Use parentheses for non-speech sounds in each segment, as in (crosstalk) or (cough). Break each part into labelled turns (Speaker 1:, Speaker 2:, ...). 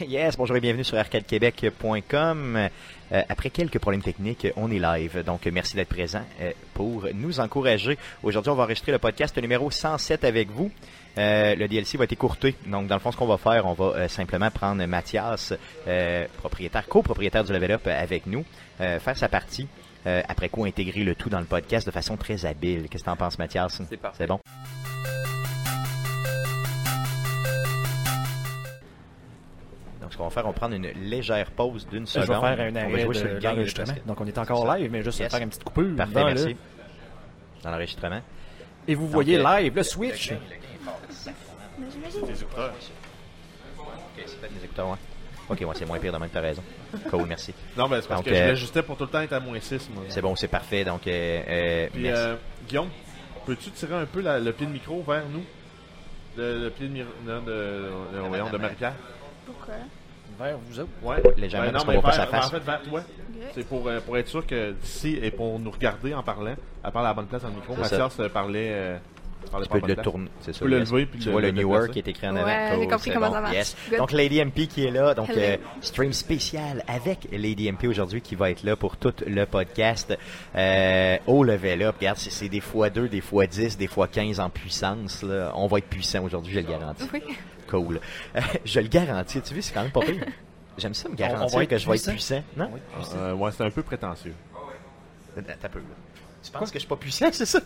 Speaker 1: Yes, bonjour et bienvenue sur arcadequebec.com. Euh, après quelques problèmes techniques, on est live. Donc, merci d'être présent euh, pour nous encourager. Aujourd'hui, on va enregistrer le podcast numéro 107 avec vous. Euh, le DLC va être écourté. Donc, dans le fond, ce qu'on va faire, on va euh, simplement prendre Mathias, euh, propriétaire, copropriétaire du Level Up euh, avec nous, euh, faire sa partie. euh, après quoi, intégrer le tout dans le podcast de façon très habile. Qu'est-ce que t'en penses, Mathias?
Speaker 2: C'est parfait.
Speaker 1: C'est bon? Donc, ce qu'on va faire, on va prendre une légère pause d'une
Speaker 3: Je
Speaker 1: seconde.
Speaker 3: vais faire un
Speaker 1: on va
Speaker 3: arrêt
Speaker 1: jouer sur
Speaker 3: de
Speaker 1: le gang de
Speaker 3: l'enregistrement.
Speaker 1: basket.
Speaker 3: Donc on est
Speaker 1: C'est
Speaker 3: encore
Speaker 1: ça.
Speaker 3: live, mais juste
Speaker 1: Yes.
Speaker 3: faire une petite coupure.
Speaker 1: Parfait,
Speaker 3: dans le-
Speaker 1: merci. Dans l'enregistrement.
Speaker 3: Et vous voyez
Speaker 1: euh,
Speaker 3: live le Switch.
Speaker 1: Ok, c'est peut-être mes écouteurs, ouais. Ok, ouais, c'est moins pire, demain, t'as raison. Cool, merci.
Speaker 4: Non, mais c'est parce
Speaker 1: Donc,
Speaker 4: que
Speaker 1: euh,
Speaker 4: je l'ajustais pour tout le temps être à moins 6, moi.
Speaker 1: C'est bon, c'est parfait. Donc, euh, euh,
Speaker 4: Puis,
Speaker 1: merci.
Speaker 4: euh, Guillaume, peux-tu tirer un peu la- le pied de micro vers nous Le, le pied de, miro- non, de, de,
Speaker 1: madame,
Speaker 4: voyons, de
Speaker 1: hein.
Speaker 4: Marie-Pierre
Speaker 5: Pourquoi?
Speaker 3: Vers vous autres.
Speaker 4: Ouais, Ben
Speaker 1: légèrement, parce
Speaker 4: non,
Speaker 1: qu'on
Speaker 4: mais
Speaker 1: voit pas
Speaker 4: vers-
Speaker 1: sa face.
Speaker 4: En fait, vers toi. C'est pour, euh, pour être sûr que d'ici et pour nous regarder en parlant, elle parle à la bonne place dans le micro.
Speaker 1: C'est
Speaker 4: Ma
Speaker 1: ça.
Speaker 4: sœur se parlait. euh, parlait
Speaker 1: Tu
Speaker 4: pas
Speaker 1: peux
Speaker 4: à la bonne
Speaker 1: le
Speaker 4: place.
Speaker 1: tourner, c'est ça.
Speaker 4: peux le
Speaker 1: yes.
Speaker 4: lever puis
Speaker 1: tu
Speaker 4: le-
Speaker 1: vois le
Speaker 4: le
Speaker 1: New
Speaker 4: déplacer.
Speaker 1: York qui est écrit en
Speaker 5: Ouais,
Speaker 1: avant.
Speaker 5: j'ai
Speaker 1: Cool, c'est
Speaker 5: compris comment
Speaker 1: bon.
Speaker 5: ça marche.
Speaker 1: Yes.
Speaker 5: Good.
Speaker 1: Donc Lady MP qui est là, donc
Speaker 5: Hello.
Speaker 1: euh, stream spécial avec Lady MP aujourd'hui qui va être là pour tout le podcast euh, au level up. Regarde, c'est- c'est des fois 2, des fois 10, des fois 15 en puissance. là. On va être puissant aujourd'hui, je le garantis.
Speaker 5: Oui.
Speaker 1: Cool. Euh, je le garantis. Tu vois, c'est quand même pas pire. J'aime ça me garantir
Speaker 3: va être
Speaker 1: que je vais être
Speaker 3: puissant.
Speaker 1: puissant. Non?
Speaker 4: Euh, ouais, c'est un peu prétentieux. (laughs)
Speaker 1: Attends, t'as peu, là. Tu penses que je suis pas puissant, (laughs) c'est ça?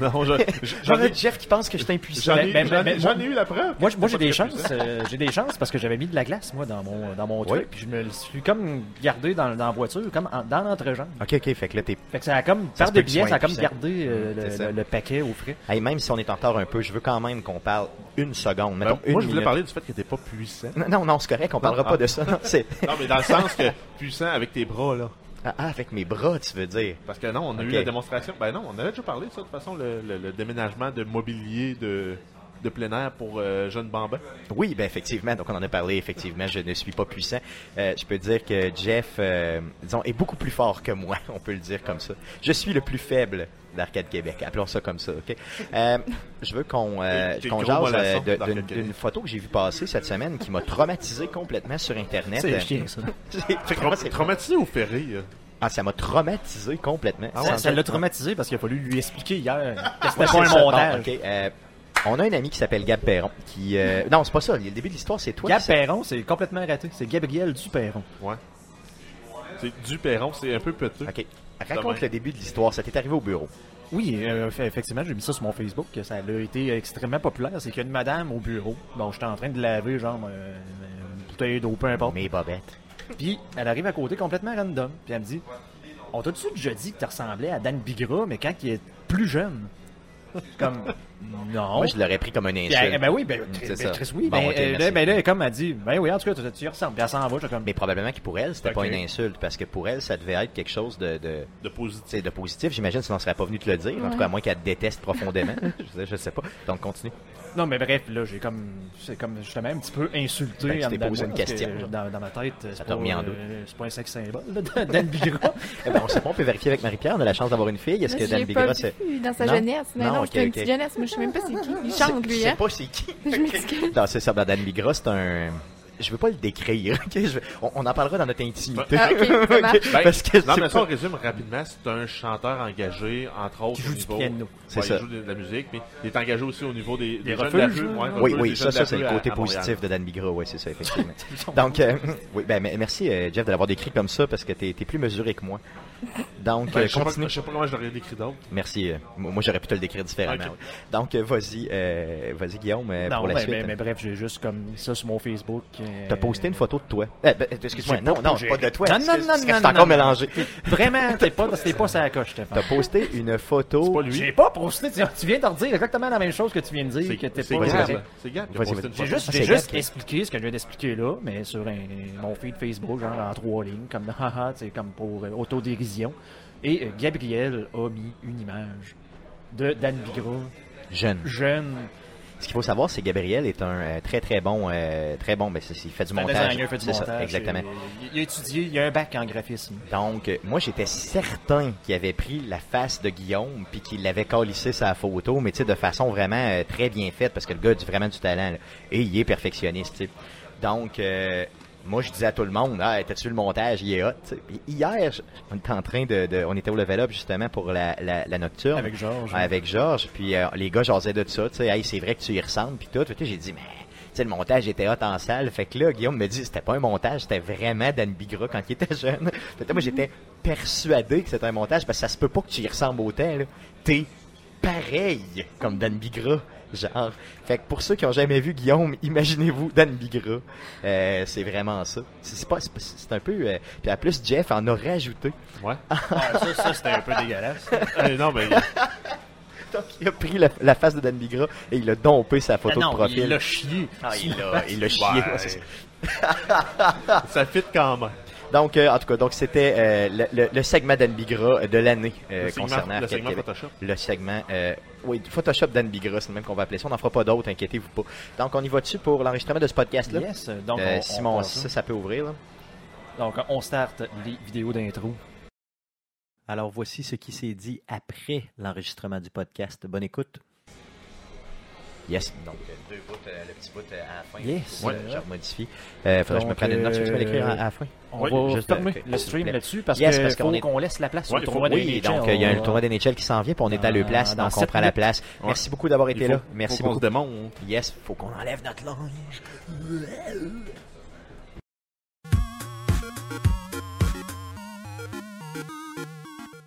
Speaker 4: non, je- je-
Speaker 1: J'en
Speaker 4: j'en
Speaker 1: ai Ben,
Speaker 4: ai,
Speaker 1: Jeff qui pense que je suis impuissant.
Speaker 4: j'en
Speaker 3: Mais-
Speaker 4: ai-
Speaker 3: mais-
Speaker 4: j'en ai-
Speaker 3: mais-
Speaker 4: j'en ai eu la preuve.
Speaker 3: Moi, j- moi,
Speaker 4: C'est
Speaker 3: j'ai
Speaker 4: pas
Speaker 3: des
Speaker 4: très
Speaker 3: chances. euh, j'ai des chances parce que j'avais mis de la glace moi dans mon dans mon
Speaker 1: Oui.
Speaker 3: truc. Puis je me le suis comme gardé dans, dans la voiture, comme en- dans l'entrejambe.
Speaker 1: Ok, ok, fait que là, t'es
Speaker 3: Fait que ça a comme
Speaker 1: Ça
Speaker 3: par
Speaker 1: se peut
Speaker 3: des
Speaker 1: que
Speaker 3: billets,
Speaker 1: tu sois
Speaker 3: ça a comme
Speaker 1: impuissant. Mm,
Speaker 3: gardé euh,
Speaker 1: c'est
Speaker 3: le,
Speaker 1: ça.
Speaker 3: le- le paquet au frais.
Speaker 1: Hey, même si on est en retard un peu, je veux quand même qu'on parle une seconde.
Speaker 4: Ben,
Speaker 1: Mettons une
Speaker 4: moi, je voulais
Speaker 1: minute.
Speaker 4: parler du fait que t'es pas puissant.
Speaker 1: Non, Non, non, c'est correct, on parlera
Speaker 4: Ah.
Speaker 1: pas de ça. Non, c'est...
Speaker 4: Non, mais dans le sens que puissant avec tes bras, là.
Speaker 1: Ah, ah, avec mes bras, tu veux dire.
Speaker 4: Parce que non, on a
Speaker 1: Ok.
Speaker 4: eu la démonstration. Ben non, on avait déjà parlé de ça, de toute façon, le, le- le déménagement de mobilier de, de plein air pour euh, Jeune Bamba.
Speaker 1: Oui, ben effectivement, donc on en a parlé, effectivement, je ne suis pas puissant. Euh, je peux dire que Jeff, euh, disons, est beaucoup plus fort que moi, (laughs) on peut le dire comme ça. Je suis le plus faible d'Arcade Québec, appelons ça comme ça, ok? Euh, je veux qu'on euh,
Speaker 4: T'es- t'es
Speaker 1: qu'on
Speaker 4: le
Speaker 1: jase
Speaker 4: gros
Speaker 1: euh,
Speaker 4: molasson
Speaker 1: de-
Speaker 4: d'Arcade
Speaker 1: d'une-
Speaker 4: Québec.
Speaker 1: d'une photo que j'ai vue passer cette semaine qui m'a traumatisé complètement sur Internet.
Speaker 3: C'est chiant ça.
Speaker 1: (laughs) C'est-
Speaker 4: Tra-
Speaker 1: vraiment, c'est-
Speaker 4: traumatisé ou ferré, là?
Speaker 1: Ah, ça m'a traumatisé complètement.
Speaker 3: Ça- Ah ça l'a traumatisé parce qu'il a fallu lui expliquer hier que c'était pas
Speaker 1: Ah, C'est
Speaker 3: un
Speaker 1: ça.
Speaker 3: montage.
Speaker 1: Bon, ok, euh, on a un ami qui s'appelle Gab Perron. Qui, euh, non, c'est pas ça. Le début de l'histoire, c'est toi.
Speaker 3: Gab
Speaker 1: qui s'est-
Speaker 3: Perron, c'est complètement raté. C'est Gabriel Duperron.
Speaker 4: Ouais. C'est du perron, c'est un peu petit.
Speaker 1: Ok. Raconte le début de l'histoire. Ça t'est arrivé au bureau.
Speaker 3: Oui, euh, fait- effectivement, j'ai mis ça sur mon Facebook, que ça a été extrêmement populaire. C'est qu'il y a une madame au bureau. Bon, j'étais en train de laver, genre, euh, une bouteille d'eau, peu importe.
Speaker 1: Mes bobettes.
Speaker 3: Puis, elle arrive à côté complètement random. Puis, elle me dit On t'a-tu déjà dit que tu ressemblais à Dan Bigra, mais quand il est plus jeune Comme, non.
Speaker 1: Moi, je l'aurais pris comme un
Speaker 3: Oh. Puis elle-
Speaker 1: insulte.
Speaker 3: ben oui, ben,
Speaker 1: Mm,
Speaker 3: Chris,
Speaker 1: c'est
Speaker 3: ben,
Speaker 1: ça.
Speaker 3: Chris, oui.
Speaker 1: Bon,
Speaker 3: ben,
Speaker 1: ok,
Speaker 3: euh,
Speaker 1: merci.
Speaker 3: là, ben, là, comme elle dit Ben oui, en tout cas, tu, tu ressembles. Puis, elle s'en va. J'étais comme
Speaker 1: Mais probablement que pour elle, c'était pas
Speaker 3: Ok.
Speaker 1: une insulte parce que pour elle, ça devait être quelque chose de, de,
Speaker 4: De
Speaker 1: tu (laughs)
Speaker 4: positif.
Speaker 1: sais, de positif. J'imagine, sinon, on serait pas venu te le dire. En tout cas, à moins qu'elle te déteste
Speaker 3: (laughs)
Speaker 1: profondément. je, sais, je sais pas. Donc, continue.
Speaker 3: Non, mais bref, là, j'ai comme. C'est comme justement un petit peu insulté.
Speaker 1: Ben, tu
Speaker 3: en
Speaker 1: t'es
Speaker 3: dedans de
Speaker 1: posé
Speaker 3: moi,
Speaker 1: une
Speaker 3: parce que
Speaker 1: question,
Speaker 3: Dans, dans ma tête, c'est
Speaker 1: t'a
Speaker 3: pas,
Speaker 1: remis en doute.
Speaker 3: euh, c'est pas un sexe symbole, là, Dan (laughs) Bigra.
Speaker 1: Eh ben, on sait pas, on peut vérifier avec Marie-Pierre. On a la chance d'avoir une fille. Est-ce que
Speaker 5: Mais
Speaker 1: Dan
Speaker 5: j'ai pas
Speaker 1: Bigra,
Speaker 5: vu
Speaker 1: c'est.
Speaker 5: dans sa
Speaker 1: Non?
Speaker 5: jeunesse. Mais
Speaker 1: Non,
Speaker 5: non,
Speaker 1: ok,
Speaker 5: j'étais une
Speaker 1: ok.
Speaker 5: petite jeunesse. Moi, je sais même pas c'est qui. Il chante,
Speaker 1: Je
Speaker 5: lui,
Speaker 1: sais
Speaker 5: hein.
Speaker 1: pas c'est qui.
Speaker 5: Je m'excuse.
Speaker 1: Non, c'est ça. ben, Dan Bigra, c'est un. Je veux pas le décrire. ok? Je veux- on, on en parlera dans notre intimité.
Speaker 5: Ah, ok, ça marche.
Speaker 1: Ok, (laughs) Parce que je
Speaker 4: Ben, non,
Speaker 1: sais
Speaker 4: mais ça,
Speaker 1: pas.
Speaker 4: on résume rapidement. C'est un chanteur engagé, entre autres.
Speaker 3: Qui joue
Speaker 4: au
Speaker 3: du
Speaker 4: niveau-
Speaker 3: piano.
Speaker 1: C'est
Speaker 4: Ouais,
Speaker 1: ça.
Speaker 4: Il joue de, de la musique, mais il est engagé aussi au niveau des, des jeunes de la
Speaker 3: refuges,
Speaker 4: rue, ouais,
Speaker 3: là.
Speaker 1: Oui,
Speaker 4: refuges, des
Speaker 1: oui, ça,
Speaker 4: jeunes de
Speaker 1: ça
Speaker 4: la
Speaker 1: c'est le
Speaker 4: rue à-
Speaker 1: côté
Speaker 4: à Montréal.
Speaker 1: positif de Dan Bigra, oui, c'est ça,
Speaker 4: (laughs)
Speaker 1: effectivement. Donc, euh, oui, ben, mais- merci, euh, Jeff, de l'avoir décrit comme ça, parce que t'es t'es plus mesuré que moi. Donc,
Speaker 4: Ben,
Speaker 1: euh,
Speaker 4: je, sais pas,
Speaker 1: continue.
Speaker 4: je sais pas comment je l'aurais décrit d'autre.
Speaker 1: Merci. euh, moi, moi, j'aurais pu te le décrire différemment.
Speaker 4: Ok. ben,
Speaker 1: ouais. Donc, euh, vas-y, euh, vas-y, Guillaume, euh,
Speaker 3: non,
Speaker 1: pour la
Speaker 3: mais,
Speaker 1: suite.
Speaker 3: mais, mais bref, j'ai juste comme mis ça sur mon Facebook. euh,
Speaker 1: T'as posté une photo de toi. Eh, ben, excuse-moi,
Speaker 3: J'ai
Speaker 1: non,
Speaker 3: pas-
Speaker 1: non,
Speaker 3: j'ai-
Speaker 1: pas de toi.
Speaker 3: Non,
Speaker 1: excuse-
Speaker 3: non, non,
Speaker 1: parce que
Speaker 3: non,
Speaker 1: C'est encore
Speaker 3: non,
Speaker 1: mélangé.
Speaker 3: Vraiment, t'es pas, t'es pas sur la coche, Stéphane.
Speaker 1: T'as posté une
Speaker 4: C'est
Speaker 1: photo.
Speaker 4: pas lui.
Speaker 3: J'ai pas posté. Tu tu viens de redire exactement la même chose que tu viens de
Speaker 4: C'est
Speaker 3: dire, que t'es
Speaker 4: c'est
Speaker 3: pas.
Speaker 1: grave.
Speaker 4: Gab. C'est Gab qui a
Speaker 1: Vas-y,
Speaker 4: posté
Speaker 1: vas-y.
Speaker 4: une
Speaker 3: J'ai
Speaker 4: photo.
Speaker 3: juste,
Speaker 1: Ah,
Speaker 3: j'ai
Speaker 1: c'est
Speaker 3: juste
Speaker 1: Gab qui-
Speaker 3: expliqué ce que je viens d'expliquer là, mais sur un, mon feed Facebook, genre en trois lignes, comme (laughs) haha, c'est comme pour euh, autodérision. Et euh, Gabriel a mis une image de Dan Bigra,
Speaker 1: Jeune.
Speaker 3: jeune,
Speaker 1: Ce qu'il faut savoir, c'est que Gabriel est un euh, très très bon, euh, très bon, mais c'est- il fait du
Speaker 3: Un
Speaker 1: montage.
Speaker 3: designer fait du
Speaker 1: C'est ça,
Speaker 3: montage,
Speaker 1: exactement.
Speaker 3: et- Il, il a étudié, il a un bac en (laughs) graphisme.
Speaker 1: Donc, euh, moi, j'étais certain qu'il avait pris la face de Guillaume puis qu'il l'avait calissé sa photo, mais tu sais, de façon vraiment euh, très bien faite parce que le gars a du- vraiment du talent là. et il est perfectionniste. tu sais. Donc, euh, moi, je disais à tout le monde, ah, t'as-tu le montage, il est hot. tu sais. Puis Hier, je- on était en train de, de- on était au level up justement pour la, la, la nocturne
Speaker 3: Avec Georges.
Speaker 1: Ouais, avec Georges, puis euh, les gars jasaient de ça, tu sais, hey, c'est vrai que tu y ressembles, puis tout. Tu sais, j'ai dit, mais, tu sais, le montage était hot en salle. Fait que là, Guillaume me dit, c'était pas un montage, c'était vraiment Dan Bigra quand il était jeune. Fait que moi, j'étais persuadé que c'était un montage, parce que ça se peut pas que tu y ressembles autant, là. T'es pareil comme Dan Bigra. Genre, fait que pour ceux qui ont jamais vu Guillaume, imaginez-vous Dan Bigra. Euh, c'est vraiment ça. C'est c'est pas, c'est pas- c'est un peu. euh, Puis en plus, Jeff en a rajouté. (laughs)
Speaker 4: Ouais.
Speaker 3: Ah, ça, ça, c'était un peu dégueulasse.
Speaker 4: Euh, non, mais
Speaker 1: Donc, il a pris la, la face de Dan Bigra et il a dompé sa (laughs) photo
Speaker 3: Ah non,
Speaker 1: de profil.
Speaker 3: il l'a chié.
Speaker 1: Ah, il l'a,
Speaker 4: (laughs)
Speaker 1: il l'a chié.
Speaker 4: Ouais.
Speaker 1: ouais, c'est ça.
Speaker 4: ça (laughs) fit quand même.
Speaker 1: donc, euh, en tout cas, donc c'était euh, le, le- le segment d'Anne Bigra de l'année euh,
Speaker 4: Le segment-
Speaker 1: concernant
Speaker 4: le
Speaker 1: Arcade
Speaker 4: segment
Speaker 1: Québec.
Speaker 4: Photoshop.
Speaker 1: Le segment, euh, oui, Photoshop d'Anne Bigra, c'est le même qu'on va appeler ça. On n'en fera pas d'autres, inquiétez-vous pas. Donc, on y va dessus pour l'enregistrement de ce podcast-là.
Speaker 3: Yes, donc
Speaker 1: Euh,
Speaker 3: on- on
Speaker 1: Simon,
Speaker 3: part ça.
Speaker 1: ça, ça peut ouvrir. là.
Speaker 3: Donc, on starte les vidéos d'intro.
Speaker 1: Alors, voici ce qui s'est dit après l'enregistrement du podcast. Bonne écoute. Yes. Donc, euh, deux bouts, le petit bout euh, à la fin.
Speaker 3: Yes.
Speaker 1: Ouais,
Speaker 3: Euh,
Speaker 1: je remodifie. Euh, faudrait que je me
Speaker 3: donc,
Speaker 1: prenne une note. Tu veux-tu me l'écrire à, à la fin?
Speaker 3: On
Speaker 4: Oui,
Speaker 3: va
Speaker 1: juste,
Speaker 3: fermer
Speaker 1: ok,
Speaker 3: le
Speaker 1: s'il vous
Speaker 3: stream
Speaker 1: plaît.
Speaker 3: là-dessus parce
Speaker 1: Yes,
Speaker 3: que
Speaker 1: parce qu'on
Speaker 3: qu'on
Speaker 1: est-
Speaker 3: laisse la place
Speaker 4: Ouais,
Speaker 3: au
Speaker 4: il faut-
Speaker 3: tournoi
Speaker 1: Oui,
Speaker 3: des NHL.
Speaker 1: donc euh, il y a
Speaker 3: On
Speaker 1: un
Speaker 3: va-
Speaker 1: tournoi d'NHL qui s'en vient, puis on est à
Speaker 3: Dans-
Speaker 1: leur place,
Speaker 3: Ah, dans
Speaker 1: donc on
Speaker 3: sept
Speaker 1: prend la
Speaker 3: minutes.
Speaker 1: place. Merci beaucoup d'avoir été
Speaker 4: Il faut-
Speaker 1: là. Merci
Speaker 4: faut qu'on
Speaker 1: beaucoup.
Speaker 4: se démonte.
Speaker 1: Yes, faut qu'on enlève notre linge.